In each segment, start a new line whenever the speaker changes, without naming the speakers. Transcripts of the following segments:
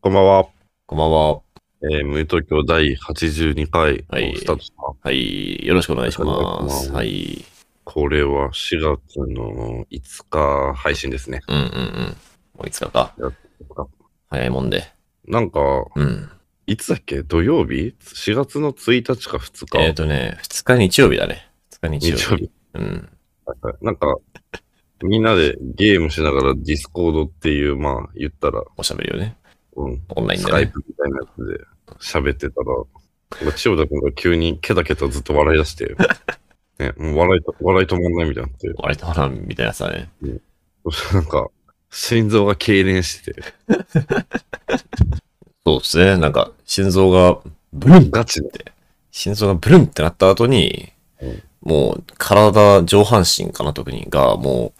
こんばんは。
こんばんは。
えー、無東京第82回
はい
をスタートします。
はい。よろしくお願いしま
お願いします
す。はい。
これは4月の5日配信ですね。
うんうんうん。もういつかか
やっか。
早いもんで。
なんか、
うん。
いつだっけ土曜日 ?4 月の1日か2日。
えっ、とね、2日日曜日だね。2日日曜日。
日曜日。
うん。
はいなんか、みんなでゲームしながらディスコードっていう、まあ言ったら、
おしゃべりをね。
うん、
オンライン
ス
で
カイ
ね。
プみたいなやつで喋ってたら、なんか千代田君が急にケタケタずっと笑い出して、 ね、もう笑いと笑い止まんないみたいになって。
割とほら、みたいなやつだね。
そした らなんか、心臓が痙攣して て、
そうですね。なんか、心臓がブルン
ガチで。
心臓がブルンってなった後に、
うん
もう体、上半身かな、特に、が、も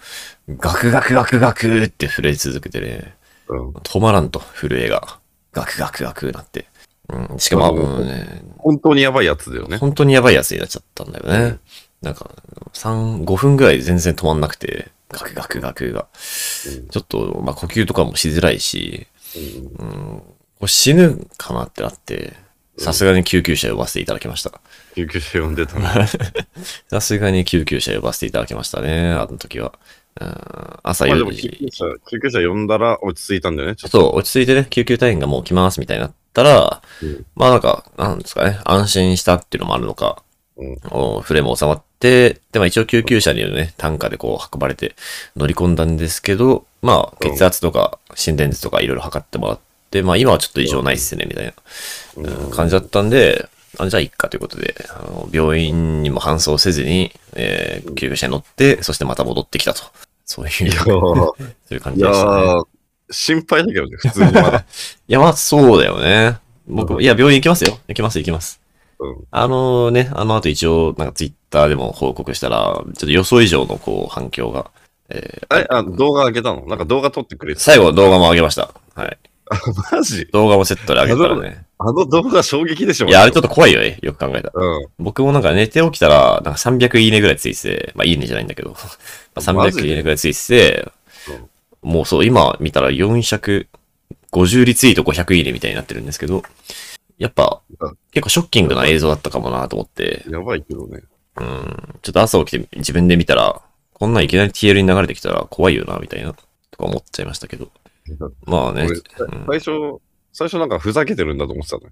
う、ガクガクガクガクって震え続けてね、
うん、
止まらんと、震えが。ガクガクガクなって。うん、しかも、
うん
もうね、
本当にやばいやつだよね。
本当にやばいやつになっちゃったんだよね。なんか、3、5分ぐらい全然止まんなくて、ガクガクガクが。ちょっと、まあ、呼吸とかもしづらいし、
うん
うん、これ死ぬかなってなって、さすがに救急車呼ばせていただきました。
救急車呼んでたね。
さすがに救急車呼ばせていただきましたね、あの時は。うん朝
まあでも
4
救
時
急。車、救急車呼んだら落ち着いたんだよね、ちょっと。
そう、落ち着いてね、救急隊員がもう来ますみたいになったら、
うん
まあなんか、なんですかね、安心したっていうのもあるのか、
うん
おフレーム収まって、で、まあ一応救急車にね、担架でこう運ばれて乗り込んだんですけど、まあ
うん
血圧とか心電図とかいろいろ測ってもらって、まあ今はちょっと異常ないっすね、みたいな。
うん
感じだったんで、あじゃあいっかということで、あの病院にも搬送せずに、えー救急車に乗って、そしてまた戻ってきたと。そういう、
いや
そう
ー、
いう感
い
じで
や
したね。いや、
ー心配だけどね、普通にまだ。
まあそうだよね。僕
う
も、
ん
いや、病院行きますよ。行きます、行きます。
うん
あのね、あの後一応、なんかツイッターでも報告したら、ちょっと予想以上のこう反響が。えー
あれあ、動画上げたのなんか動画撮ってくれてた。
最後動画も上げました。はい。
マジ
動画もセットで上げたらね。
あの動画衝撃でしょ
いや、あれちょっ
と。
と怖いよね。よく考えたら
うん。
僕もなんか寝て起きたら、なんか300いいねぐらいついてて、まあいいねじゃないんだけど、 まあ
マジ
300
で
いいねぐらいついてて、もうそう、今見たら450リツイート500いいねみたいになってるんですけど、やっぱ
うん
結構ショッキングな映像だったかもなと思って、
やばいけどね。
うん、ちょっと朝起きて自分で見たら、こんなんいきなり TL に流れてきたら怖いよなみたいな、とか思っちゃいましたけど。まあ
俺
ね、うん
最初、最初なんかふざけてるんだと思ってたのよ。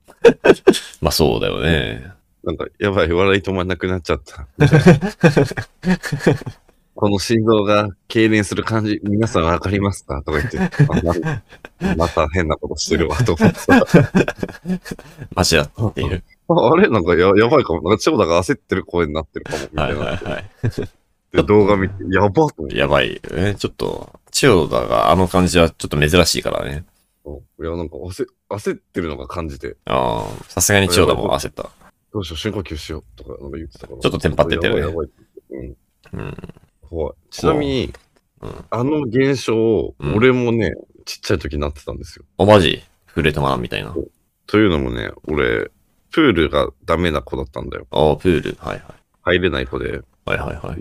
まあそうだよね。
なんか、やばい、笑い止まんなくなっちゃ った。この心臓が痙攣する感じ、皆さんわかりますかとか言 って、あままた変なことしてるわ、と思ってさ。
間違っ ている。
ああれなんかややばいかも。なんか、千代田が焦ってる声になってるかも、み
は
た
い
い
はい
な。
はい。
で、動画見て、やばっと思って。
やばいよね。ちょっと、千代田があの感じはちょっと珍しいからね。
いや、なんか焦、焦ってるのが感じて、
ああ、さすがに千代田も焦った。
どうしよう、深呼吸しよう、とか、なんか言ってたから。
ちょっとテンパってたよね
やばいやばいうん、
うん。
怖い。ちなみに、
うん
あの現象を、
うん
俺もね、ちっちゃい時になってたんですよ。
おまじ、震えてまらんみたいな。
というのもね、俺、プールがダメな子だったんだよ。
ああ、プール。はい
入れない子で。だか
はい。はいはいは
ら、
い。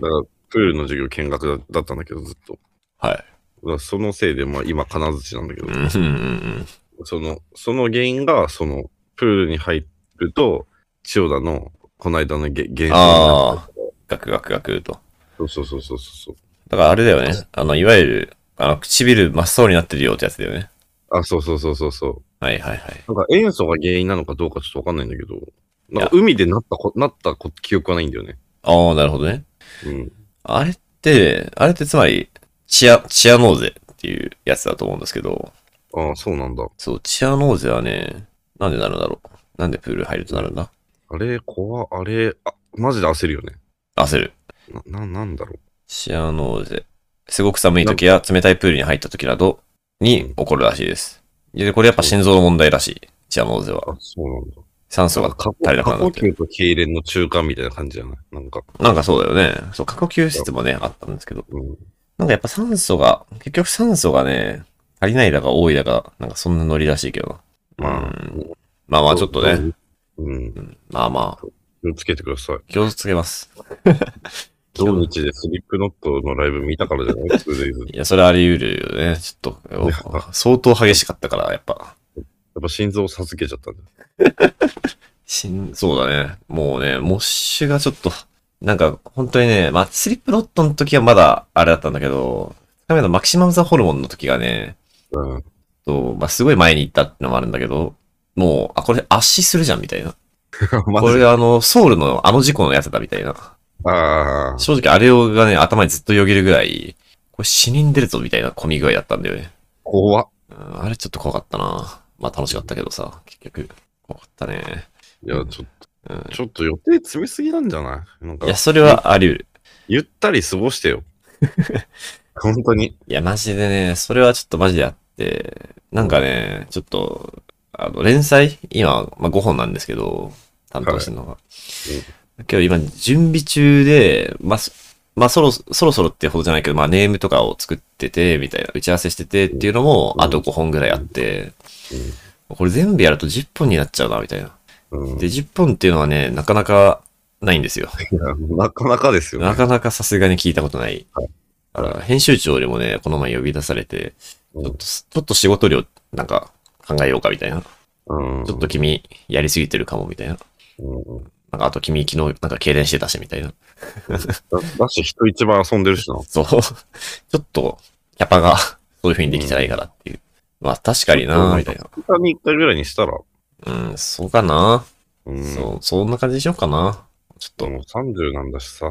プールの授業見学だだったんだけど、ずっと。だか
はい。
らそのせいで、まあ今、金槌なんだけど
う、んうんうん
その、その原因が、その、プールに入ると、千代田の、この間のげ現象になった
あガクガクガクと。
そうそうそうそうそう。
だからあれだよね。あの、いわゆる、あの、唇真っ青になってるよってやつだよね。
あ、そうそうそうそうそう。
はいはいはい。
なんか塩素が原因なのかどうかちょっとわかんないんだけど、なんか海でなったこ、なったこ記憶はないんだよね。
ああ、なるほどね。
うん。
あれって、あれってつまり、チア、チアノーゼっていうやつだと思うんですけど、
ああ、そうなんだ。
そう、チアノーゼはね、なんでなるんだろう。なんでプール入るとなるんだ
あれ、怖あれ、あ、マジで焦るよね。
焦る。
な、ななんだろう。
シアノーゼ。すごく寒い時や冷たいプールに入った時などに起こるらしいです。で、これやっぱ心臓の問題らしい。シアノーゼは。
あ、そうなんだ。
酸素が
過
足りなくなる
呼
って。
吸と痙攣の中間みたいな感じじゃないなんか、
なんかそうだよね。そう、過呼吸室もね、あったんですけど。
うん。
なんかやっぱ酸素が、結局酸素がね、足りないだか多いだか、なんかそんなノリらしいけどな。う
まあ、
ん。まあまあちょっとね。。
うん。
うんまあまあ、
気をつけてください。
気をつけます。
同日でスリップノットのライブ見たからじゃ ない ?2days。
いや、それあり得るよね。ちょっと、お相当激しかったから、やっぱ。
ぱ心臓を授けちゃったんだよ。
しん、そうだね。もうね、モッシュがちょっと、なんか、本当にね、まあ、スリップロットの時はまだ、あれだったんだけど、2日目のマキシマムザホルモンの時がね、
うん。
と、まあ、すごい前に行ったってのもあるんだけど、もう、あ、これ圧死するじゃん、みたいな。
マ
こ
ジ
れ
で
があの、ソウルのあの事故のやつだ、みたいな。
ああ。
正直、あれをがね、頭にずっとよぎるぐらい、これ死人出るぞ、みたいな混み具合だったんだよね。
怖っ。
うん、あれちょっと怖かったな。まあ、楽しかったけどさ、結局、怖かったね。
いや、ちょっ
うん
と、ちょっと予定詰めすぎなんじゃないなんか
いや、、それはあり得る。
ゆったり過ごして よ。本当に。
いや、マジでね、それはちょっとマジであって、なんかね、ちょっと、あの、連載今、まあ、5本なんですけど、担当してるのが。けど今、準備中で、まあ、そまあ、そろ、そろそろってほどじゃないけど、まあ、ネームとかを作ってて、みたいな、打ち合わせしててっていうのも、
うん
あと5本ぐらいあって、これ全部やると10本になっちゃうな、みたいな。
うん。うん
で、10本っていうのはね、なかなかないんですよ。
いやなかなかですよ、ね。
なかなかさすがに聞いたことない
はい。
だから編集長にもね、この前呼び出されて、ち
う
ょ
ん
っと、ちょっと仕事量、なんか、考えようかみたいな。ち
うん。
ょっと君、やりすぎてるかもみたいな。
うんうん
なんか、あと君、昨日、なんか、痙攣してたし、みたいな。
だだし、人一番遊んでるしな。
そう。 ちょっと、キャパが、そういう風にできてないからっていう。まあ、確かになみたいな。
2日に1回ぐらいにしたら、
うん、そうかな、
うん。
そう、そんな感じにしようかな。ち
で
ょっと、
も30なんだしさ、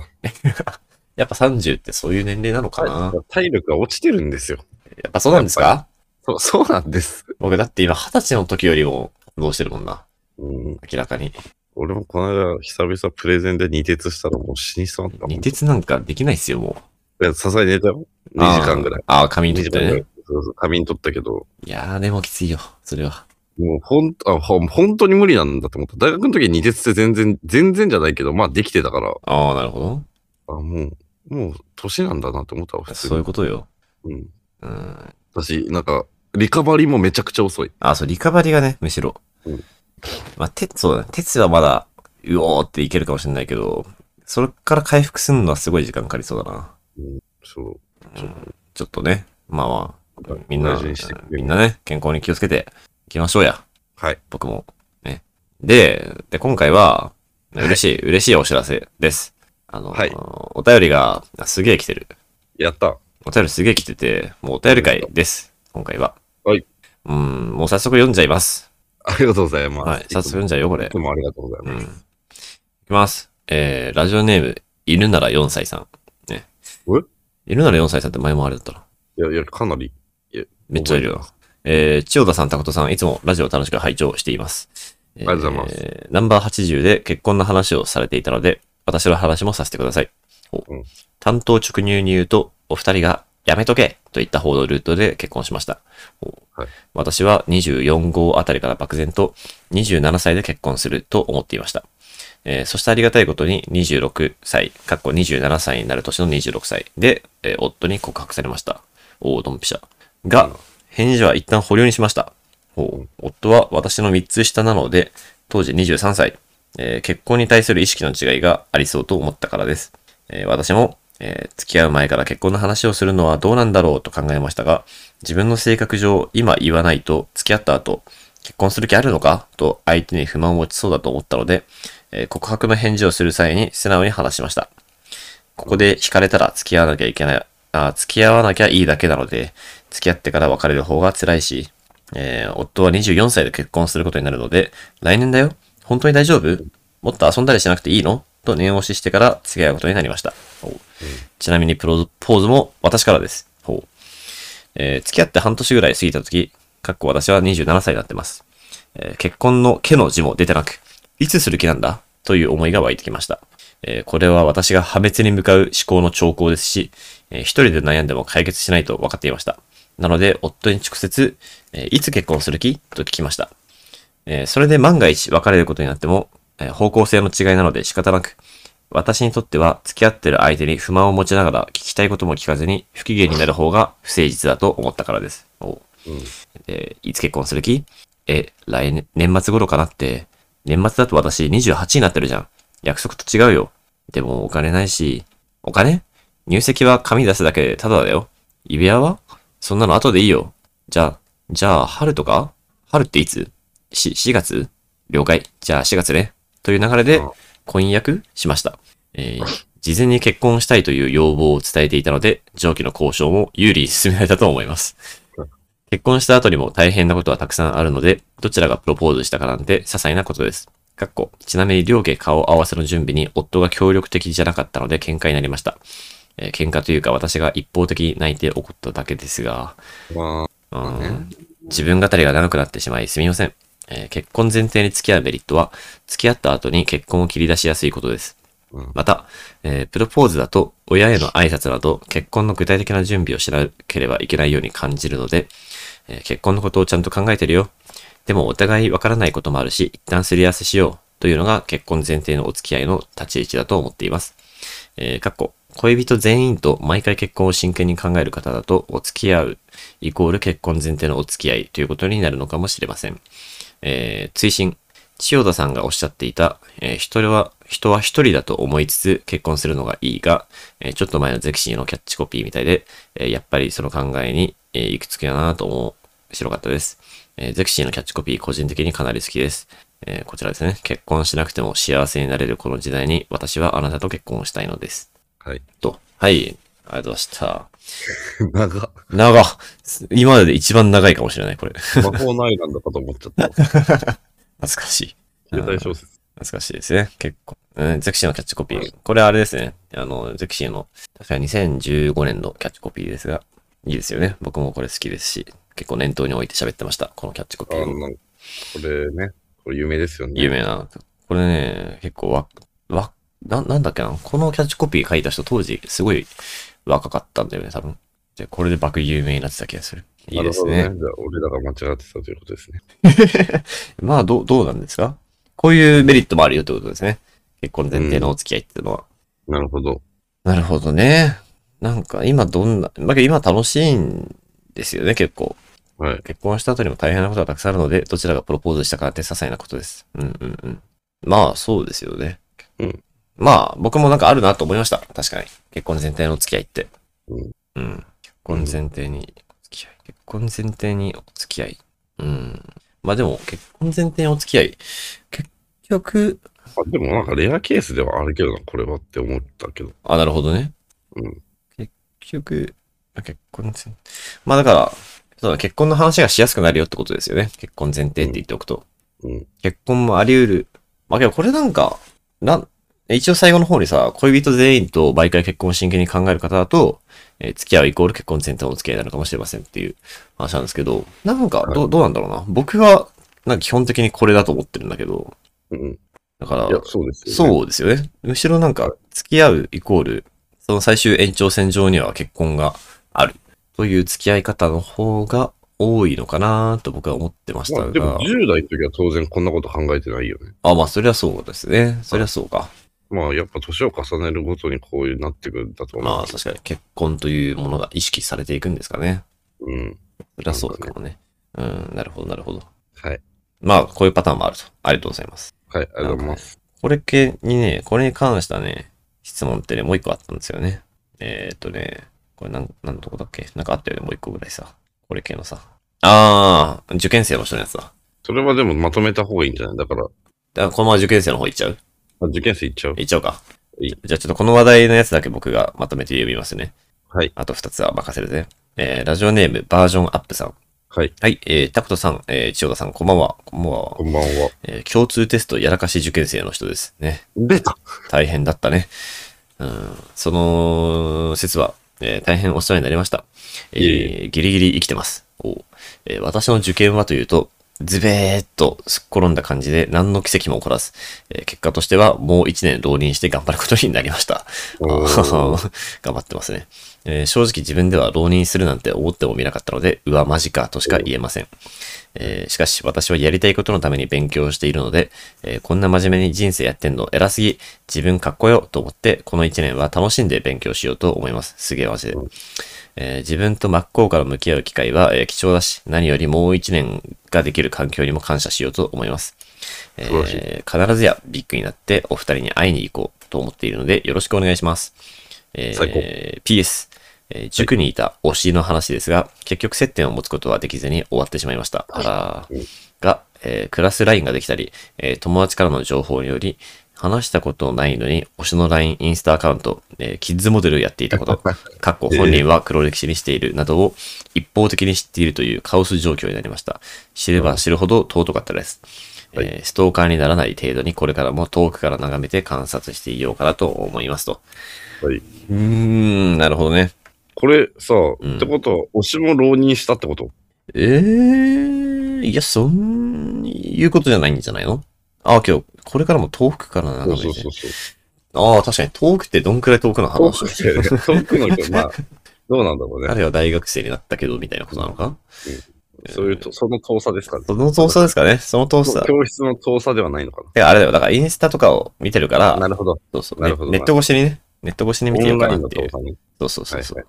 やっぱ30ってそういう年齢なのかな、
体力が落ちてるんですよ。
やっぱそうなんです
や
か
そうそうなんです。
僕だって今、20歳の時よりも、どうしてるもんな。
うん、
明らかに。
俺もこの間、久々プレゼンで二徹したらもう死にそうだったもん。
二
い
鉄なんかできないっすよ、も
や、さすがに寝たよ。
う。
2時間ぐらい。。
あーあー、仮
2
眠
時
取っ
間
て
ぐら
ね
い。。そうそう、仮眠取ったけど、
いやー、でもきついよ、それは。
もうほんあほん本当に無理なんだと思った。大学の時に二徹って全然、全然じゃないけど、まあできてたから、
ああ、なるほど。
あもう、もう年なんだなって思ったわ、普通に
そういうことよ。
うん。
うん。
私、なんか、リカバリーもめちゃくちゃ遅い。
あ、そう、リカバリーがね、むしろ。
うん
まあ、鉄、そうだね。鉄はまだ、うおーっていけるかもしれないけど、それから回復するのはすごい時間かかりそうだな。
そう。
ちょっとね。まあまあ、みんな、
大事にしてくれる
みんなね、健康に気をつけていきましょうや。
はい。
僕も。ね。で、で、今回は、嬉しい、嬉しいお知らせです。あの、
はい
お便りが、あすげえ来てる。
やった。
お便りすげえ来てて、もうお便り会です。今回は。
はい。
うん、もう早速読んじゃいます。
ありがとうございます。
はい。早速
いつも
読んじゃうよ、これ
いつ。もありがとうござい
うん。
ま
い
す。
きます。えー、ラジオネーム、犬なら4歳さん。ね。犬なら4歳さんって前もあれだったの
いやいや、かなり。
めっちゃいるよな。えー、千代田さん、タコトさん、いつもラジオを楽しく拝聴しています。あり
がとうございます
す。ナンバー80で結婚の話をされていたので、私の話もさせてください。お
うん
担当直入に言うと、お二人が、やめとけといった報道ルートで結婚しました。お
はい
私は24号あたりから漠然と、27歳で結婚すると思っていました。えーそしてありがたいことに26歳、かっこ27歳になる年の26歳で、えー夫に告白されました。おお、ドンピシャ。が、返事は一旦保留にしました。ほう夫は私の3つ下なので、当時23歳、えー結婚に対する意識の違いがありそうと思ったからです。えー私も、えー付き合う前から結婚の話をするのはどうなんだろうと考えましたが、自分の性格上、今言わないと、付き合った後、結婚する気あるのかと相手に不満を持ちそうだと思ったので、えー告白の返事をする際に素直に話しました。ここで惹かれたら付き合わなきゃいけない、あ付き合わなきゃいいだけなので、付き合ってから別れる方が辛いし、えー夫は24歳で結婚することになるので、来年だよ本当に大丈夫もっと遊んだりしなくていいのと念押ししてから付き合うことになりました。おうちなみにプロポーズも私からです。ほうえー付き合って半年ぐらい過ぎた時、かっこ私は27歳になってます。えー結婚の家の字も出てなく、いつする気なんだという思いが湧いてきました。えーこれは私が破滅に向かう思考の兆候ですし、えー一人で悩んでも解決しないと分かっていました。なので、夫に直接、えーいつ結婚する気と聞きました。えーそれで万が一別れることになっても、えー方向性の違いなので仕方なく、私にとっては付き合ってる相手に不満を持ちながら聞きたいことも聞かずに不機嫌になる方が不誠実だと思ったからです。おう
うん
えーいつ結婚する気え、来年、年末頃かなって。年末だと私28になってるじゃん。約束と違うよ。でもお金ないし。お金入籍は紙出すだけでタダだよ。指輪はそんなの後でいいよ。じゃあ、じゃあ、春とか春っていつし、4月了解。じゃあ4月ね。という流れで
うん、
婚約しました。えー事前に結婚したいという要望を伝えていたので、上記の交渉も有利に進められたと思います
うん。
結婚した後にも大変なことはたくさんあるので、どちらがプロポーズしたかなんて些細なことです。かっこちなみに両家顔合わせの準備に夫が協力的じゃなかったので喧嘩になりました。えー喧嘩というか私が一方的に泣いて怒っただけですが、
まあ、
う
まあ
ーん
ね
自分語りが長くなってしまいすみません、えー結婚前提に付き合うメリットは、付き合った後に結婚を切り出しやすいことです。
うん
また、えープロポーズだと親への挨拶など結婚の具体的な準備をしなければいけないように感じるので、えー結婚のことをちゃんと考えてるよ。でもお互いわからないこともあるし、一旦すり合わせしようというのが結婚前提のお付き合いの立ち位置だと思っています。えーかっこ恋人全員と毎回結婚を真剣に考える方だと、お付き合うイコール結婚前提のお付き合いということになるのかもしれません。えー追伸。千代田さんがおっしゃっていた、えー人は、人は一人だと思いつつ結婚するのがいいが、えーちょっと前のゼクシーのキャッチコピーみたいで、えーやっぱりその考えに、えー行きつけだなと思う、白かったです。えーゼクシーのキャッチコピー個人的にかなり好きです。えーこちらですね。結婚しなくても幸せになれるこの時代に私はあなたと結婚をしたいのです。
はい。
と。はい。ありがとうございました。
長っ。
長っ今までで一番長いかもしれない、これ。
魔法の愛なんだかと思っちゃ った。
懐かしい。
携帯小説。
懐かしいですね。結構。うん、ゼクシーのキャッチコピー。これあれですね。あの、ゼクシーの、確か2015年のキャッチコピーですが、いいですよね。僕もこれ好きですし、結構念頭に置いて喋ってました。このキャッチコ
あ
ピー。
の、これね、これ有名ですよね。
有名な。これね、結構わ、わ、な、なんだっけな。このキャッチコピー書いた人当時すごい若かったんだよね、多分。で、これで爆有名になってた気がする。いいです
な
ね
る。ほどじゃあ、俺らが間違ってたということですね。
まあ、どう、どうなんですかこういうメリットもあるよってことですね。結婚前提のお付き合いっていうのは。
なるほど。
なるほどね。なんか今どんな、だけど今楽しいんですよね、結構。
はい。
結婚した後にも大変なことがたくさんあるので、どちらがプロポーズしたかって些細なことです。うんうんうん。まあ、そうですよね。
うん
まあ、僕もなんかあるなと思いました。確かに。結婚前提のお付き合いって。
うん
うん。結婚前提にお付き合い。結婚前提にお付き合い。うん。まあでも、結婚前提にお付き合い。結局、
あでもなんかレアケースではあるけどな、これはって思ったけど。
あ、なるほどね。
うん。
結局、あ結婚前提。まあだから、そうだ、結婚の話がしやすくなるよってことですよね。結婚前提って言っておくと。
うん。
結婚もあり得る。まあけどこれなんか、なん、一応最後の方にさ、恋人全員と毎回結婚を真剣に考える方だと、えー付き合うイコール結婚前提のお付き合いになるかもしれませんっていう話なんですけど、なんかどう、どうなんだろうな。僕は、なんか基本的にこれだと思ってるんだけど、
うん。
だから、
いや、そうですよ、ね。
そうですよね。むしろなんか、付き合うイコール、その最終延長線上には結婚があるという付き合い方の方が多いのかなと僕は思ってました
まあ、で
が
も、10代の時は当然こんなこと考えてないよね。
あ、まあ、そりゃそうですね。そりゃそうか。
まあ、やっぱ年を重ねるごとにこういうなってくるんだと思う。
まあ、確かに結婚というものが意識されていくんですかね。
うん。
そりゃそうかもね。うん、なるほど、なるほど。
はい。
まあ、こういうパターンもあると。ありがとうございます。
はい、ありがとうございます。
これ系にね、これに関したね、質問ってね、もう一個あったんですよね。えーっ、とね、これなん、なんのとこだっけなんかあったよね、もう一個ぐらいさ。これ系のさ。あー、受験生の人のやつだ。だか
それはでもまとめた方がいいんじゃないだから、
らこのまま受験生の方行っちゃう
あ受験生いっちゃう。
行っちゃうか。
いい
じゃじゃあちょっとこの話題のやつだけ僕がまとめて読みますね。
はい。
あと2つは任せるぜ。えー、ラジオネームバージョンアップさん。
はい、
はい、えー、タクトさん、えー、千代田さん、こんばんは。こんばんは
こ。んばんは。
えー、共通テストやらかし受験生の人ですね。
出た
大変だったね。うん、その説は、えー大変お世話になりました。えー
いえ
ギリギリ生きてます。おうえー私の受験はというと、ズベーっとすっ転んだ感じで何の奇跡も起こらず、えー結果としてはもう1年浪人して頑張ることになりました。
お
頑
ー
張ってますね、えー正直自分では浪人するなんて思ってもみなかったので、うわ、マジかとしか言えません。えーしかし私はやりたいことのために勉強しているので、えーこんな真面目に人生やってんの偉すぎ、自分かっこよと思って、この1年は楽しんで勉強しようと思います。すげえマジで。えー自分と真っ向から向き合う機会は、えー貴重だし、何よりもう1年ができる環境にも感謝しようと思います。え
素晴らしい
ー必ずやビッグになってお二人に会いに行こうと思っているので、よろしくお願いします。えー
最高
PS、えー塾にいた推しの話ですが、結局接点を持つことはできずに終わってしまいました。あらー、が、えークラス LINE ができたり、えー友達からの情報により、話したことないのに、推しの LINE インスタアカウント、えーキッズモデルをやってい たこと、かっこ本人は黒歴史にしているなどを一方的に知っているというカオス状況になりました。知れば知るほど尊かったです。
はい
えーストーカーにならない程度にこれからも遠くから眺めて観察していようかなと思いますと。
はい。
うーん、なるほどね。
これさ、
ん
ってことは、推しも浪人したってこと
えー、いや、そん、いうことじゃないんじゃないのあ、今日、これからも遠くから
そう
眺
そ
め
う
て
そ。うそう。
ああ、確かに遠くってどんくらい遠くの
遠
話
くだよ ね遠くの人、まあ、どうなんだろうね
あ。るいは大学生になったけど、みたいなことなのか
そういうと、その遠さですかね。
その遠さですかねその遠さ。
教室の遠さではないのか
てかあれだよ、だからインスタとかを見てるか
な。
ら、
なるほど。
そうそう
なるほど
ネネット越しにね、ネット越しに見て
オ
る
ン
か
ライ
なっ
ンの
ていう
遠。さに。
そうそうそうそう、
はい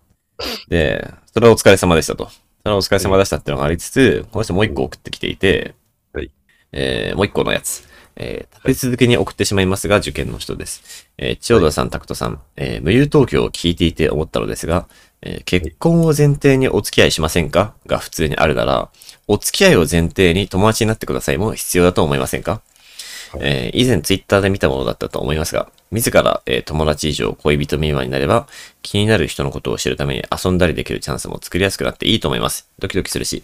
で、それはお疲れ様でしたと。それはお疲れ様でしたっていうのがありつつ、この人もう一個送ってきていて、
はい
えーもう一個のやつ。えー立て続けに送ってしまいますが、受験の人です。えー千代田さん、拓人さん、えー無友東京を聞いていて思ったのですが、えー結婚を前提にお付き合いしませんかが普通にあるなら、お付き合いを前提に友達になってくださいも必要だと思いませんかえー以前ツイッターで見たものだったと思いますが、自ら、えー友達以上恋人未満になれば、気になる人のことを知るために遊んだりできるチャンスも作りやすくなっていいと思います。ドキドキするし、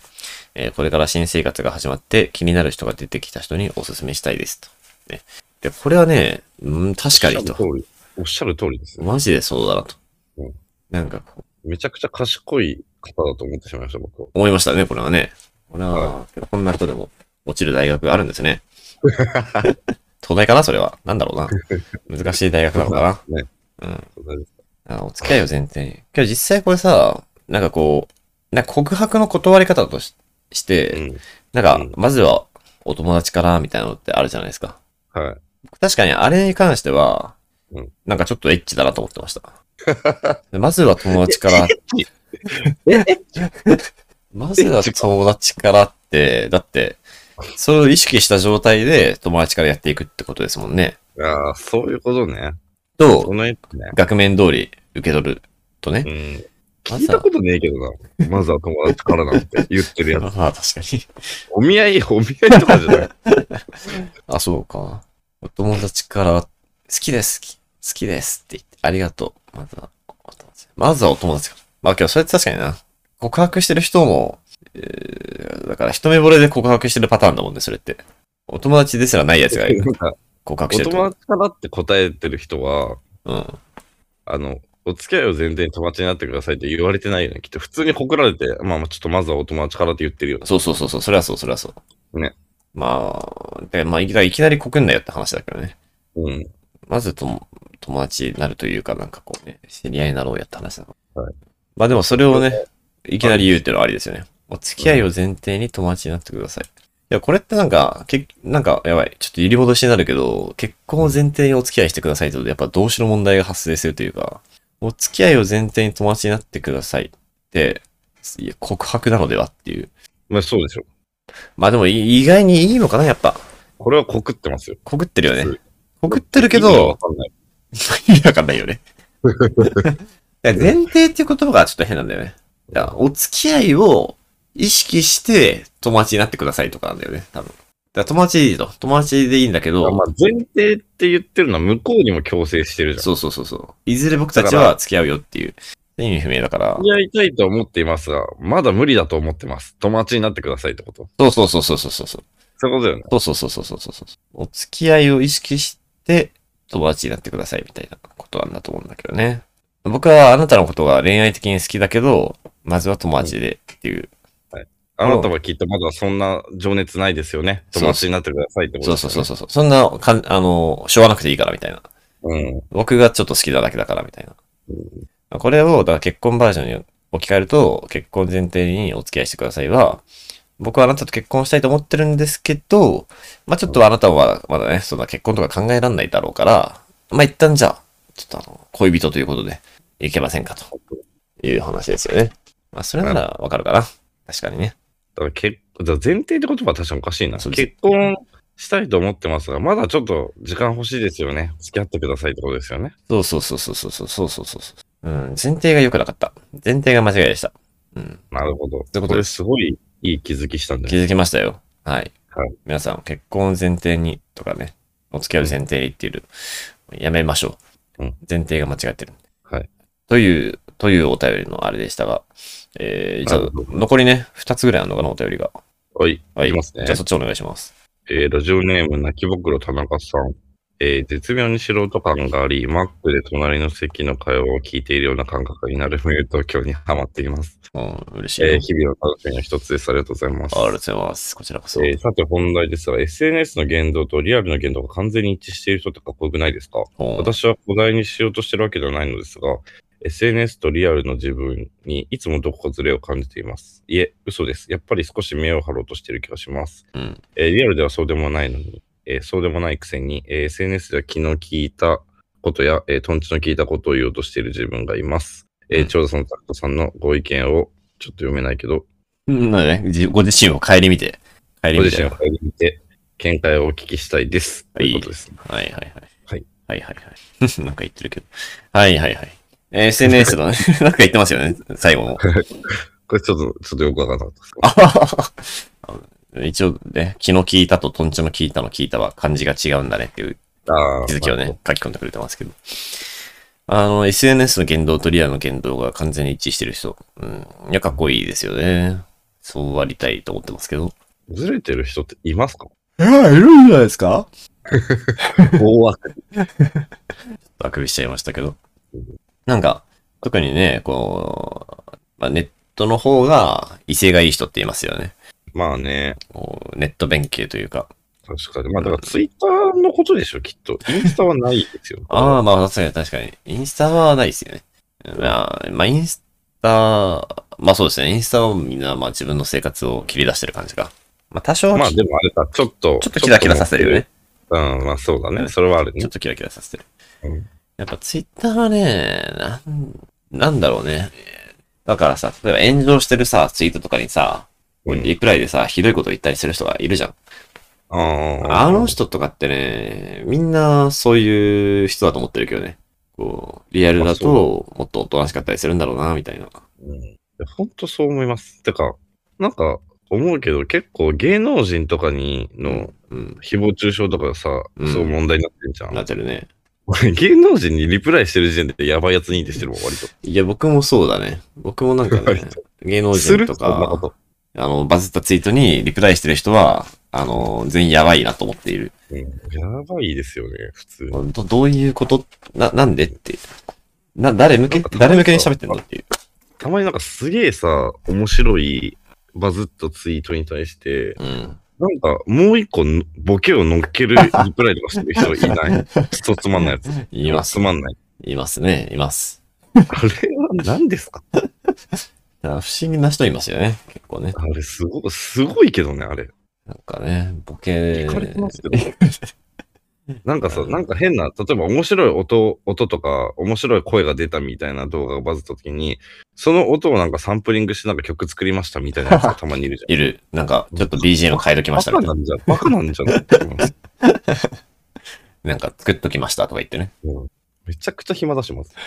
えーこれから新生活が始まって気になる人が出てきた人にお勧めしたいですと。ね、で、これはね、うん、確かに
おっ
と。
しゃる通りおっしゃる通りですね。
マジでそうだなと
うん。
なんかこう、
めちゃくちゃ賢い方だと思ってしまいました、僕は。
思いましたね、これはね。これは
は、
こんな人でも落ちる大学があるんですね。 東大かなそれは。なんだろうな。難しい大学なのかな。
ね。
うん。
そうだね
あお付き合いを前提に。今日実際これさ、なんかこう、なんか告白の断り方としして、なん
う
か
ん、
まずはお友達からみたいなのってあるじゃないですか。
うん。はい。
確かにあれに関しては、
うん
なんかちょっとエッチだなと思ってました。でまずは友 達から。まずは友達からって、だって、それを意識した状態で友達からやっていくってことですもんね。
ああ、そういうことね。そ
と、
のやつね。
額面通り受け取るとね
う。ん。
ま
聞
ず
いた
は、
ことねえけど な。まずは友達からなんて言ってるやつ。
まあ確かに。
お見合い、お見合いとかじゃ ない。
あ、そうか。お友達から、好きです、き好きですって言って、ありがとう。まずは、お友達。まずはお友達から。まあ今日それって確かにな。告白してる人も、えー、だから一目惚れで告白してるパターンだもんね、それって。お友達ですらないやつ が
なんか
告白
お
してると。
友達からって答えてる人は、
うん。
あの、お付き合いを前提に友達になってくださいって言われてないよね。きっと普通に告られて、まあまあちょっとまずはお友達からって言ってるよね。
そうそうそうそう、それはそう、それはそう。
ね。
まあ、でまあ、いきなりいきなり告んなよって話だけどね。
うん。
まずとも友達になるというか、なんかこうね、知り合いになろうやって話だから。
はい
まあでもそれをね、いきなり言うってのはありですよね。お付き合いを前提に友達になってください。いや、これってなんか、けなんか、やばい。ちょっと揺り戻しになるけど、結婚を前提にお付き合いしてくださいと、やっぱ動詞の問題が発生するというか、お付き合いを前提に友達になってくださいって、いや告白なのではっていう。
まあそうでしょ。
まあでもい意外にいいのかな、やっぱ。
これは告ってますよ。
告ってるよ
普
ね
通。
告ってるけ
意味がわ
ど、
かんない
意味わかんないよね。だから前提っていう言葉がちょっと変なんだよね。だからお付き合いを意識して友達になってくださいとかなんだよね、多分。だから友達でいいと。友達でいいんだけど、
まあ前提って言ってるのは向こうにも強制してるじゃん。
そうそうそうそう。いずれ僕たち
だか
は付き合うよっていう。意味不明だから。
付き合いたいと思っていますが、まだ無理だと思ってます。友達になってくださいってこと。
そうそうそうそうそうそう。
そういうことだよね。
そうそうそうそうそうそうそう。お付き合いを意識して友達になってくださいみたいなことなんだと思うんだけどね。僕はあなたのことが恋愛的に好きだけど、まずは友達でっていう。
あなたはきっとまだそんな情熱ないですよね。
そう
友達になってくださいってこと
そう
で
そ
すよね、
うそうそうそう。そんなかん、あの、しょうがなくていいからみたいな。
うん。
僕がちょっと好きなだけだからみたいな。これを、だから結婚バージョンに置き換えると、結婚前提にお付き合いしてくださいは、僕はあなたと結婚したいと思ってるんですけど、まあちょっとあなたはまだね、そんな結婚とか考えられないだろうから、まあ一旦じゃあ、ちょっとあの、恋人ということで、いけませんかという話ですよね。まあそれならわかるかな。確かにね。
だから結じゃあ前提って言葉は確かにおかしいな。
そうです
結婚したいと思ってますが、まだちょっと時間欲しいですよね。付き合ってくださいってことですよね。
そうそうそうそうそうそうそうそうそう。うん、前提が良くなかった。前提が間違いでした。うん。
なるほど。
てことです
これすごいいい気づきしたんだ
気
よ。
づきましたよ。はい。
はい
皆さん結婚を前提にとかね、お付き合いを前提にっていう、やめましょう。
うん
前提が間違ってる。
はい。
という、というお便りのあれでしたが、えー、じゃあ
なるほ、ど
残りね、2つぐらいあるのかな、お便りが。
はい、
はい。
いきますね
じゃあ、そっちお願いします。
えーラジオネーム、泣きぼくろ田中さん。えー絶妙に素人感があり、マックで隣の席の会話を聞いているような感覚になるミュート今日にハマっています。
うん、嬉しいな、
えー日々の楽しみの一つです。ありがとうございます
あ。ありがとうございます。こちらこそ。
えーさて本題ですが、SNS の言動とリアルの言動が完全に一致している人ってかっこよくないですか
うん
私はお題にしようとしてるわけではないのですが、SNS とリアルの自分にいつもどこかずれを感じています。いえ、嘘です。やっぱり少し目を張ろうとしている気がします。
うん
えーリアルではそうでもないのに、えーそうでもないくせに、えー SNS では気の利いたことや、えー、トンチの利いたことを言おうとしている自分がいます。え
う
ー、
ん
長田さん、タクトさんのご意見をちょっと読めないけど、
うんなんでね、じご自身を顧みて、顧
ご
み
自身
て。
を顧みて、見解をお聞きしたいです。
はい
ということですね。
はいはいはい。
はい
はいはいはい。 なんか言ってるけど。はいはいはい。えー SNS のね、 なんか言ってますよね、最後も。
これちょっと、ちょっとよくわからなかったです
あははは 一応ね、気の利いたとトンチの聞いたの聞いたは漢字が違うんだねっていう
あー
気づきを
なる
ね、書き込んでくれてますけど。あの、SNS の言動とリアルの言動が完全に一致してる人。うん。いや、かっこいいですよね。そうありたいと思ってますけど。
ほどずれてる人っていますか
いや、いるんじゃないですか
大枠。
あくびしちゃいましたけど
うん。
なんか、特にね、こう、まあ、ネットの方が威勢がいい人って言いますよね。
まあね、
こうネット弁慶というか。
確かに。まあだからツイッターのことでしょ、きっと。インスタはないですよ。
ああ、まあ、確かに確かに。インスタはないですよね。まあ、まあ、インスタ、まあそうですね。インスタをみんな、まあ自分の生活を切り出してる感じか。まあ多少、
まあ
ち
でもあれか、ちょっと。
ょっとキラキラさせるよね。。
うん、まあそうだね。それはある
ちょ
ね
っ。とキラキラさせてる。
うん
やっぱツイッターはね、なん、なんだろうね。だからさ、例えば炎上してるさ、ツイートとかにさ、
うん
リプライでさ、ひどいこと言ったりする人がいるじゃん。
あ
あの人とかってね、みんなそういう人だと思ってるけどね。こう、リアルだ
あそ
ともっとおとなしかったりするんだろうな、みたいな。
本当そう思います。てか、なんか思うけど、結構芸能人とかにの
うん。
誹謗中傷とかさ、
うん
そう問題になってんじゃ。
なんってるね。
俺、 芸能人にリプライしてる時点でやばいやつ認定してるもん、割と。
いや、僕もそうだね。僕もなんかね
割、と
芸能
す
人
る
と
そんなこ
か、
と。
あの、バズったツイートにリプライしてる人は、あの、全員やばいなと思っている。
うんやばいですよね、普通に。
どどういうことな、なんでって。な、誰向
な
け
んか
誰向けに喋ってんのっていう。
たまになんかすげえさ、面白いバズったツイートに対して、
うん。
なんかもう一個のボケを乗っ けるリプライとかしてる人いない。クソつまんないやつ。
います
つ。まんない。
いますね。います。
あれは何ですか
だから不思議な人いますよね。結構ね。
あれすごい、すごいけどね、あれ。
なんかね、ボケ。
惹かれてますけどなんかさ、なんか変な、例えば面白い音、音とか、面白い声が出たみたいな動画がバズった時に、その音をなんかサンプリングしてなんか曲作りましたみたいな やつがたまにいるじゃん。
いる。なんか、ちょっと BGM 変えときま
バ
した
カ
みたい
な
な。
んじゃ、バカなんじゃないって思い ます
なんか、作っときましたとか言ってね。
うんめちゃくちゃ暇出します。
い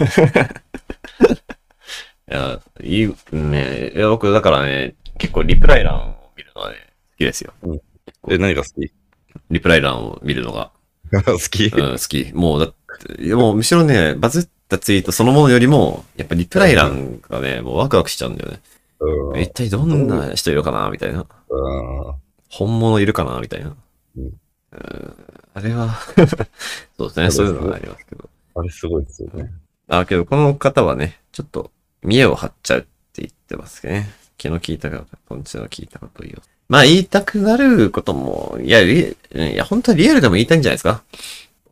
や、いい、うんね、いや、僕、だからね、結構リプライ欄を見るのはね、好きですよ。
え、何が好き
リプライ欄を見るのが、
好き
うん、好き。もう、だって、いやもう、むしろね、バズったツイートそのものよりも、やっぱリプライ欄がね、もうワクワクしちゃうんだよね。
うん
一体どんな人いるかなみたいな。
うん
本物いるかなみたいな。
う
うんん。あれ は、そうですね、そういうのがありますけど。
あれすごいですよね。
あ、けどこの方はね、ちょっと、見栄を張っちゃうって言ってますけどね。気の利いたか、とんちの利いたかという。まあ言いたくなることも、いや、リいや、本当はリアルでも言いたいんじゃないですか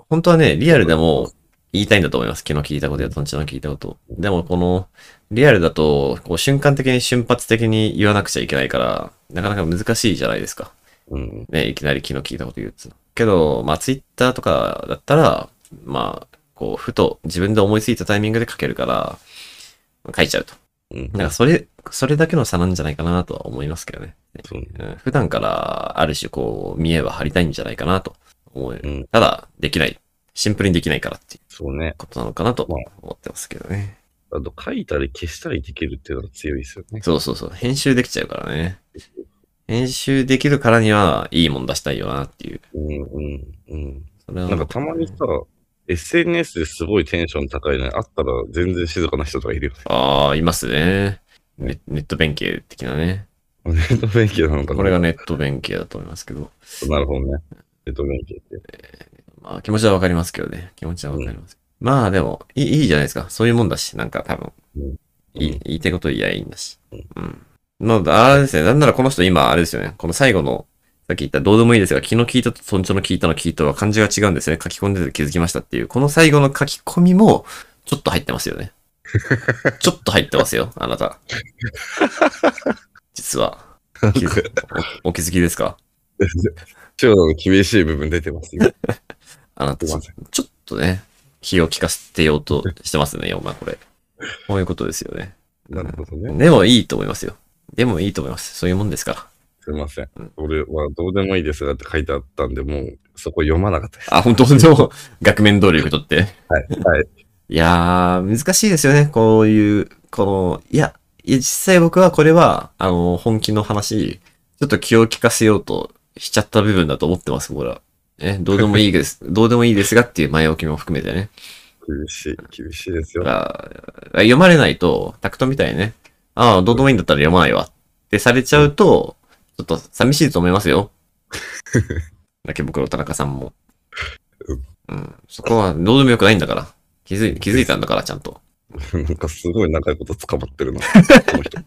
本当はね、リアルでも言いたいんだと思います。気の利いたことやとんちの利いたことを。でもこの、リアルだと、こう瞬間的に瞬発的に言わなくちゃいけないから、なかなか難しいじゃないですか。
うん。
ね、いきなり気の利いたこと言うっつうの。けど、まあ、ツイッターとかだったら、まあ、こう、ふと自分で思いついたタイミングで書けるから、書いちゃうと。
うん
なんか、それ、それだけの差なんじゃないかなとは思いますけどね。
そうね
うん普段から、ある種、こう、見えは張りたいんじゃないかなと思う。
うん
ただ、できない。シンプルにできないからっていう
そうね。
ことなのかなと
まあ
思ってますけどね。
あと、書いたり消したりできるっていうのが強いですよね。
そうそうそう。編集できちゃうからね。編集できるからには、いいもん出したいよなっていう。
うんうんうん。
それは
なんかたまにさ、SNS ですごいテンション高いのに、あったら全然静かな人とかいるよね。
ああ、いますね。ネネット弁慶的なね。
ネット勉強なのかな
これがネット弁慶だと思いますけど。
なるほどね。ネット勉強って。
まあ、気持ちはわかりますけどね。気持ちはわかります。まあ、でもいい、いいじゃないですか。そういうもんだし、なんか多分。
うん
いい言いたいこと言いやいいんだし。うん。まあ、あれですね。なんならこの人今、あれですよね。この最後の、さっき言ったどうでもいいですが、昨日聞いたと、そんちょの聞いたの聞いたは漢字が違うんですね。書き込んでて気づきましたっていう。この最後の書き込みも、ちょっと入ってますよね。ちょっと入ってますよ、あなた。実は。お気づおお気づきですか
長野の厳しい部分出て ますよ。
あな
す
た、
い
ちょ
ません
ちょっとね、気を利かせてようとしてますね、お前これ。こういうことですよね。
なるほどね。
でもいいと思いますよ。でもいいと思います。そういうもんですから。
すいません
うん。
俺はどうでもいいですがって書いてあったんで、もうそこ読まなかったです。
あ、本当でも、額面通り受け取って。
はい。はい。
いやー、難しいですよね。こういう、この、いや、いや実際僕はこれは、あの、本気の話、ちょっと気を利かせようとしちゃった部分だと思ってます、僕ら。ね、どうでもいいです。どうでもいいですがっていう前置きも含めてね。
厳しい、厳しいです
だ
よ。
から読まれないと、タクトみたいにね、ああ、どうでもいいんだったら読まないわってされちゃうと、ちょっと寂しいと思いますよ。池袋田中さんも
う。
うん。そこはどうでもよくないんだから。気づい気づいたんだから、ちゃんと。
なんかすごい長いこと捕ま ってるな、この人。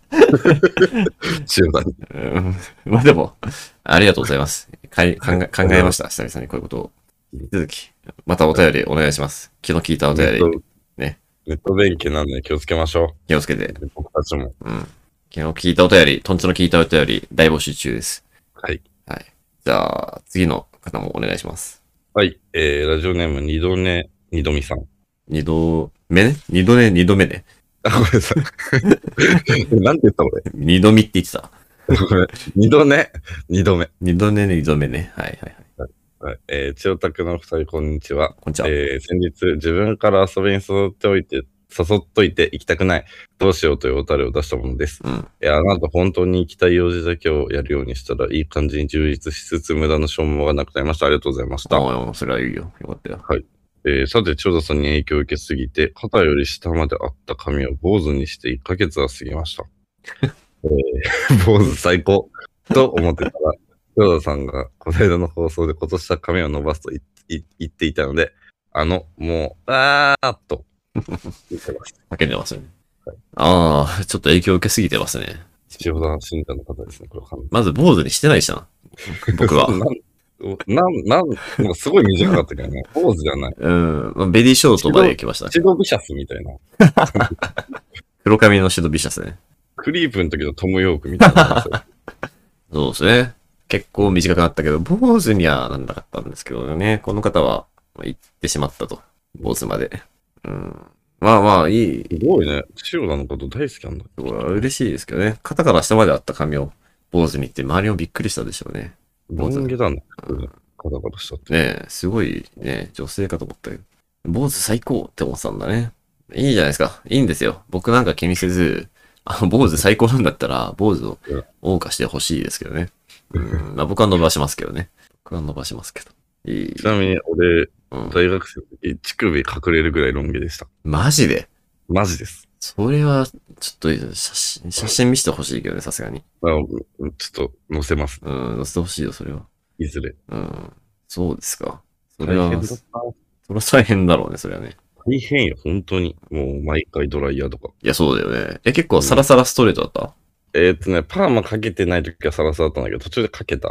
中盤に。
うん。 まあでも、ありがとうございます。かい考え考えました、久々にこういうことを。引き続き、またお便りお願いします。昨日聞いたお
ネ
便
ッ
り、
ト、
ね
ネット勉強なんで気をつけましょ
気をつけて。
う。僕たちも。
うん。昨日聞いたお便り、とんちの聞いたお便り、大募集中です。
はい。
じゃあ、次の方もお願いします。
はい。えー、ラジオネーム二度寝、二度見さん。
二度目ね二度目、二度目ね。
あ、ごめんな さい。なんて言った俺。
二度見って言ってた。
ごめん二度寝、二度目。
二度目ね、二度目ね。はいはいはい。
はいえー、千代田区のお二人、こんにちは。
こんにちは。
えー先日、自分から遊びに誘っておいて、誘っといて行きたくない。どうしようというおたれを出したものです。
うん。
いや、なんと本当に行きたい用事だけをやるようにしたら、いい感じに充実しつつ、無駄な消耗がなくなりました。ありがとうございました。
ああ、それはいいよ。よかったよ。
えーさて、千代田さんに影響を受けすぎて、肩より下まであった髪を坊主にして1ヶ月は過ぎました。えー坊主最高と思ってたら、 千代田さんがこの間の放送で今年は髪を伸ばすといい言っていたので、あの、もう、あーっと言ってます。
叫んでますね。ああ、ちょっと影響受けすぎてますね。
千代田信者の方ですね、これ完
まず坊主にしてないじゃん。僕 は。
全に。 なん、なん、なんかすごい短かったけどね、坊主じゃない。
うん。まあベリーショートまで行きました。
シドビシャスみたいな。
黒髪のシドビシャスね。
クリープの時のトム・ヨークみたいな。
そうですね。結構短くなったけど、坊主にはなんなかったんですけどね。この方はまあ行ってしまったと。坊主まで。うん。まあまあ、いい、
すごいね。千代田のこと大好きなんだ。
うわ嬉しいですけどね。肩から下まであった髪を坊主にって周りもびっくりしたでしょうね。
ロン毛だね。
うん
カタカタしたって。
ねえ、すごいね、女性かと思ったけど。坊主最高って思ってたんだね。いいじゃないですか。いいんですよ。僕なんか気にせず、あの、坊主最高なんだったら、坊主を
うん
謳歌してほしいですけどね。うん、まあ僕は伸ばしますけどね。僕は伸ばしますけど。いい
ち。なみに俺、
うん、
大学生の時、乳首隠れるぐらいロン毛でした。
マジで
マジです。
それは、ちょっと写真、写真見せてほしいけどね、さすがに。
あのちょっと載せます。
うん、載せてほしいよ、それは。
いずれ。
うん。そうですか。そ
大
れは、
変だ
そ
った
れは大変だろうね、それはね。
大変よ、本当に。もう毎回ドライヤーとか。
いや、そうだよね。え、結構サラサラストレートだった、
えーっとね、パーマかけてない時はサラサラだったんだけど、途中でかけた。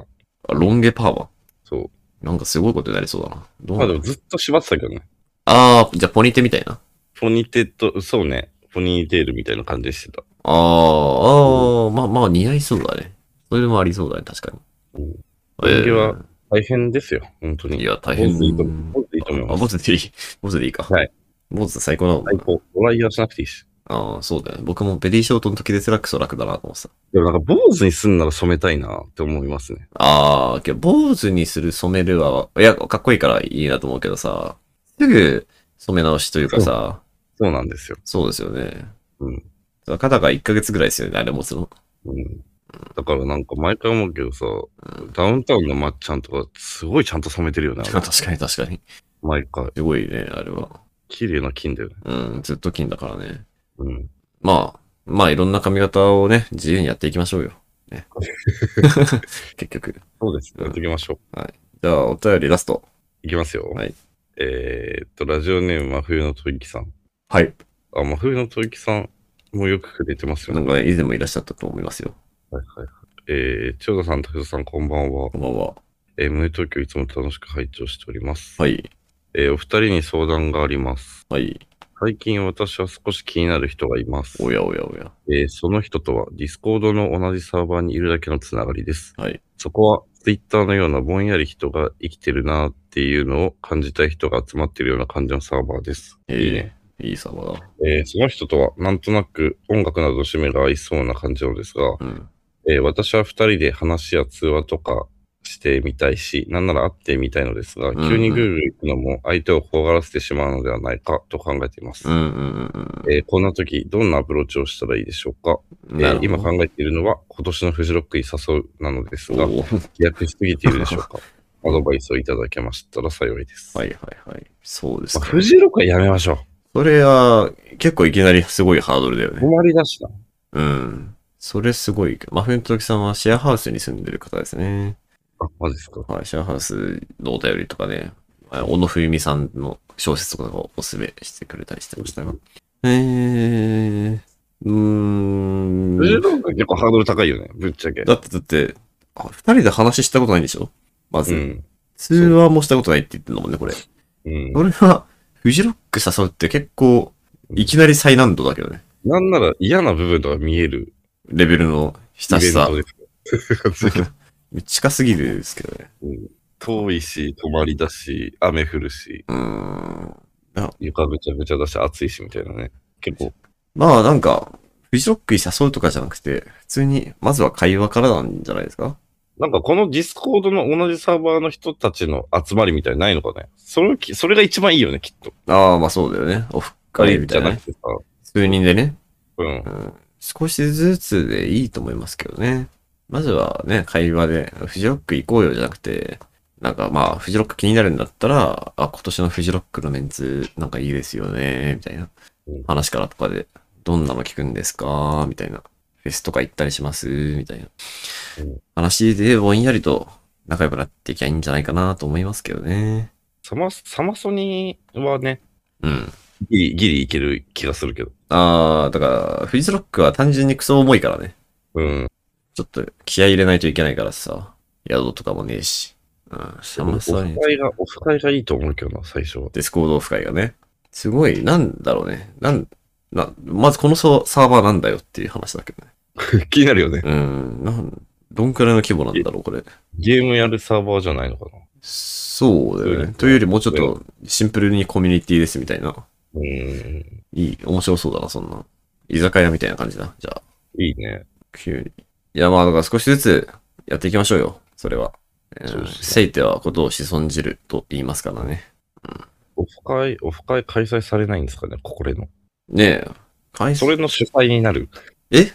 あ、ロン毛パーマ。
そう。
なんかすごいことになりそうだな。どう
ま
な
あで
の
もずっと縛ってたけどね。
あー、じゃあポニテみたいな。
ポニテと、そうね。ポニーテールみたいな感じしてた。
あー、あー、まあまあ似合いそうだね。それもありそうだね、確かに。
うんロン毛は大変ですよ、本当
えーい
に。
や、大変。
坊主でいいと思う坊主でいいと思い
あ、
ます
坊主でいい。 坊主でいいか。
はい。
坊主最高なの。
最高。ドライヤーしなくていいし。
ああ、そうだよね。僕もベリーショートの時でセラックスは楽だなと思ってた。
でもなんか坊主にすんなら染めたいなって思いますね。
ああ、けど、坊主にする染めるは、いや、かっこいいからいいなと思うけどさ、すぐ染め直しというかさ、
そうなんですよ。
そうですよね。
うん。
肩が1ヶ月ぐらいですよね、あれ持つの。
うん。だからなんか毎回思うけどさ、ダウンタウンのまっちゃんとかすごいちゃんと染めてる よね。あれ
確かに確かに。
毎回。
すごいね、あれは。
綺麗な金だよね。
うん、ずっと金だからね。
うん。
まあ、まあいろんな髪型をね、自由にやっていきましょうよ。ね、 結局。
そうです。やっていきましょう。
じゃあ、お便りラスト。
いきますよ。
はい。
えーっと、ラジオネーム、真冬の吐息さん。
はい。
あ、真冬の吐息さんもよくくれてますよ
な
ね。
んかね、以前もいらっしゃったと思いますよ。
はいはいはい。えー、千代田さん、拓田さん、こんばんは。
こんばんは。
えー、胸東京いつも楽しく拝聴しております。
はい。
えーお二人に相談があります。
はい。
最近私は少し気になる人がいます。
おやおやおや。
えーその人とはディスコードの同じサーバーにいるだけのつながりです。
はい。
そこはツイッターのようなぼんやり人が生きてるなっていうのを感じたい人が集まっているような感じのサーバーです。
え
いいね。
ー、いいサーバーだ。
えーその人とはなんとなく音楽などの趣味が合いそうな感じなのですが、
うん。
えー私は二人で話や通話とかしてみたいし、なんなら会ってみたいのですが、
んうん
急にぐるぐる行くのも相手を怖がらせてしまうのではないかと考えています。
うんうんうん
えーこんな時、どんなアプローチをしたらいいでしょうか
うん。
え
なる
ー
ほど
今考えているのは、今年のフジロックに誘うなのですが、
おー
飛躍しすぎているでしょう かアドバイスをいただけましたら幸いです。
はいはいはい。そうです
まあ
か。
フジロックはやめましょ
それは、結構いきなりすごいハードルだよ
う。
ね。
困りだしな。
うん。それすごい。真冬の時さんはシェアハウスに住んでる方ですね。
あ、マジですか。
はい、シェアハウスのお便りとかね、あ小野冬美さんの小説とかをおすすめしてくれたりしてましたが。えー、うーん
フジ。ロックは結構ハードル高いよね、ぶっちゃけ。
だってだって、あ二人で話したことないんでしょまず、
うん。
通話もしたことないって言ってんのもんね、これ。
うん。
これは、フジロック誘うって結構、いきなり最難度だけどね。
なんなら嫌な部分とか見える
レベルの
イ
親
ベ
し
ン
さ
ト。ですよ。
近すぎるですけどね。
遠いし、泊まりだし、雨降るし、
うーん。
床ぐちゃぐちゃだし、暑いしみたいなね。結構、
まあなんか、フジロックに誘うとかじゃなくて、普通に、まずは会話からなんじゃないですか
なんかこのディスコードの同じサーバーの人たちの集まりみたいなのないのかね。それをき、それが一番いいよね、きっと。
ああ、まあそうだよね。オフ会みた
じゃ
いな、
な
ね。
くてさ。
数人でね、
うん
う。ん。少しずつでいいと思いますけどね。まずはね、会話で、フジロック行こうよじゃなくて、なんかまあ、フジロック気になるんだったら、あ、今年のフジロックのメンツ、なんかいいですよね、みたいな
うん。
話からとかで、どんなの聞くんですかみたいな。フェスとか行ったりしますみたいな
うん。
話でぼんやりと仲良くなっていきゃいいんじゃないかなと思いますけどね。
サマ、サマソニーはね、
うん。
ギリ、ギリいける気がするけど。
ああ、だから、フリーズロックは単純にクソ重いからね。
うん。
ちょっと気合い入れないといけないからさ。宿とかもねえし。うん、サマソニ
オフ会が、オフ会がいいと思うけどな、最初は。
ディスコードオフ会がね。すごい、なんだろうね。なん、な、まずこのササーバーなんだよっていう話だけどね。
気になるよね。
うん、なん、どんくらいの規模なんだろう、これ。
ゲームやるサーバーじゃないのかな。
そうだよ
うん
ね。というよりもうちょっとシンプルにコミュニティですみたいな。
うん。
いい、面白そうだな、そんな。居酒屋みたいな感じだ。じゃあ、
いいね。
急に。いや、まあ、だから少しずつやっていきましょうよ。それは。え
そう
ー
ですね
せいてはことを子孫じると言いますからね。
オフ会、オフ会開催されないんですかね、ここでの。
ねえ。開
それの主催になる。
え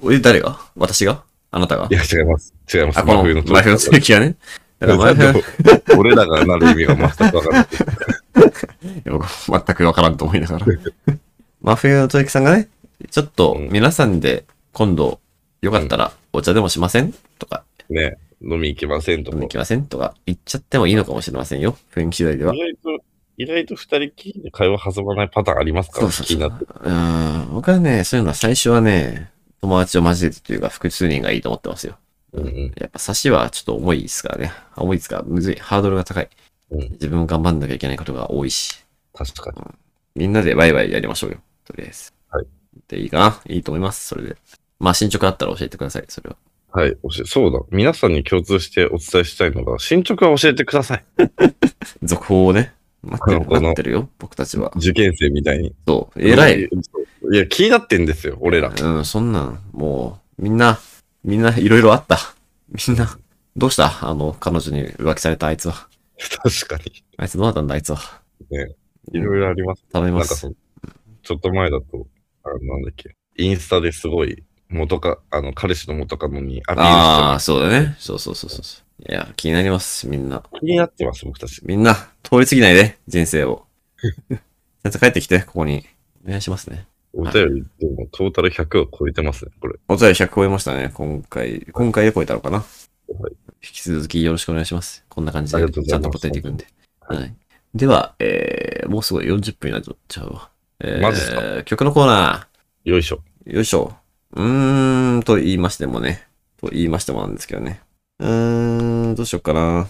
こえ、誰が私があなたが
いや、違います。違います。
あ、この、
真
真冬 の続きがね。だから真冬の、い
の俺らがなる意味が全くわからない。
や僕全くわからんと思いながら。真冬の続きさんがね、ちょっと
うん
皆さんで今度、よかったらお茶でもしませんとか、
ね、飲み行きませんとか
飲みに。行きませんとか、言っちゃってもいいのかもしれませんよ。雰囲気次第では
意。外と、意外と二人きりで会話弾まないパターンありますから、
そ
好
うそう
き
そう。
になって。
うん。僕はね、そういうのは最初はね、友達を交えてというか、複数人がいいと思ってますよ。
うんうん
やっぱ差しはちょっと重いですからね。重いですから、むずい。ハードルが高い。
うん
自分頑張んなきゃいけないことが多いし。
確かに。
みんなでワイワイやりましょうよ。とりあえず。
はい。
で、いいかないいと思います。それで。まあ、進捗あったら教えてください。それは。
はい、教えそうだ。皆さんに共通してお伝えしたいのが、進捗は教えてください。
続報をね。待って
なる
る、
ほど
待って るよ。僕たちは。
受験生みたいに。
そう。偉い。。
いや、気になってんですよ、俺ら。
うん、そんなん、もう、みんな、みんないろいろあった。みんな、どうしたあの、彼女に浮気されたあいつは。
確かに。
あいつどうなったんだあいつは。
いろいろあります。
頼み
なん
ま
か
す
そ。の、ちょっと前だと、あのなんだっけ、インスタですごい、元か、あの、彼氏の元カノにアピール
ああ、そうだね。そうそうそうそうそう。いや、気になります、みんな。
して、気になってます、僕たち。
みんな、通り過ぎないで、人 生を。ちゃんと帰ってきて、ここに。お願いしますね。
お便り、でもトータル100を超えてますね、これ。
お便り100超えましたね。今回、今回で超えたのかな。
い
引き続きよろしくお願いします。こんな感じ
あり
で、
がとうご
ち
ざ
ゃ
い
ん
ます
と答えていくんで。は。
はいい
では、えー、もうすごい40分になっちゃうわ。えー、
マジっすか
曲のコーナ
よいしょ。
ー。よいしょ。うーん、と言いましてもね。と言いましてもなんですけどね。うーん、どうしよっかな。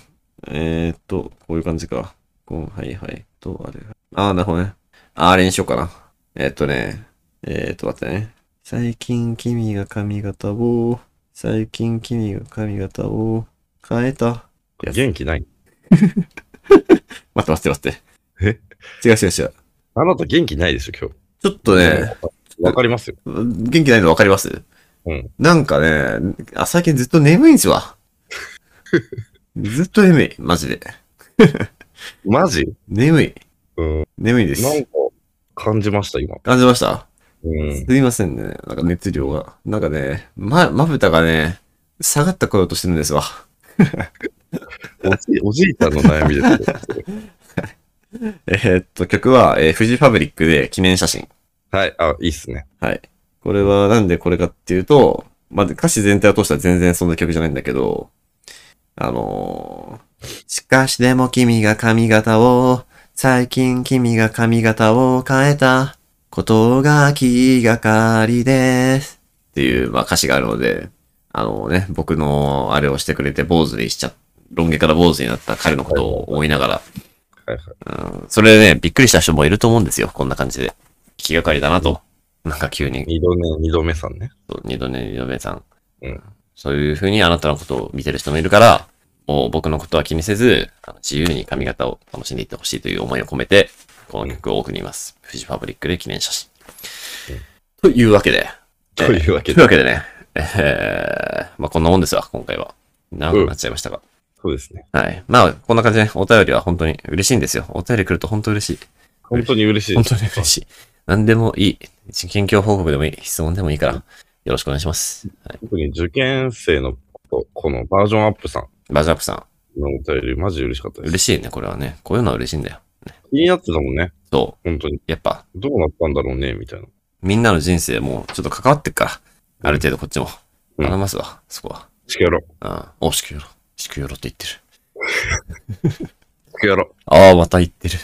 えーっと、こういう感じか。こうはいはい。と、あれ。あー、なるほどね。あー、あれにしようかな。えーっとね。えーっと、待ってね。最近君が髪型を、最近君が髪型を変えた。いや
元気ない。
待って待って待って
え。
え違う違う違う。
あなた元気ないでしょ、今日。
ちょっとね、
わかりますよ。
元気ないの分かります
うん。
なんかね、あ、最近ずっと眠いんで すわ。ずっと眠い、マジで。
マジ
眠い、
うん。
眠いで
なん
す。
か、感じました、今。
感じました
うん。
すいませんね。なんか熱量が。なんかね、ま、まぶたがね、下がってこようとしてるんですわ。
おじい、おじいちゃんの悩みですよ。
えーっと、曲は、えー、富士ファブリックで記念写真。
はい、あ、いいっすね。
はい。これはなんでこれかっていうと、まあ、歌詞全体を通したら全然そんな曲じゃないんだけど、あのーしかしでも君が髪型を、最近君が髪型を変えたことが気がかりです。っていう、まあ、歌詞があるので、あのね、僕のあれをしてくれて坊主にしちゃ、ロン毛から坊主になった彼のことを思いながら、
はいはい。
うんそれでね、びっくりした人もいると思うんですよ。こんな感じで。気がかりだなと。なんか急に
二度目、二度目さんね。
二度寝二度目さん。
うん
そういう風にあなたのことを見てる人もいるから、もう僕のことは気にせず、あの自由に髪型を楽しんでいってほしいという思いを込めて、この曲を送ります。フジファブリックで記念写真。というわけで。
というわけ
という
で
わ。けでね。えー、まあこんなもんですわ、今回は。長くなっちゃいましたが。
そうですね。
はい。まあ、こんな感じで、お便りは本当に嬉しいんですよ。お便り来ると本当嬉しい。
本当に嬉しい
本。当に嬉しい。何でもいい。近況報告でもいい。質問でもいいから、よろしくお願いします。はい、
特に受験生のこと、このバージョンアップさ
バージョンアップさん。
んのお便り、マジで嬉しかったです。
嬉しいね、これはね。こういうのは嬉しいんだよ。
気になってたもんね。
そ
本当に。
う。やっぱ、
どうなったんだろうね、みたいな。
みんなの人生もちょっと関わってっから。ある程度こっちも。
うん
頼ますわ、そこは。
しくやろう。
うん。お、しくよろ。しくよろって言ってる。
しくやろ
ああ、また言ってる。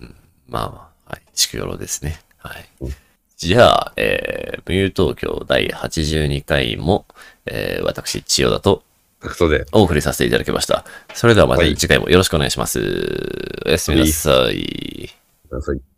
うん、まあまあ、はい。しくよろですね。はい。
うん
じゃあ、えー、無友東京第82回も、えー、私、千代田と
う。クソで。
お送りさせていただきました。それではまた
はい
次回もよろしくお願いします。おやすみなさい
ください。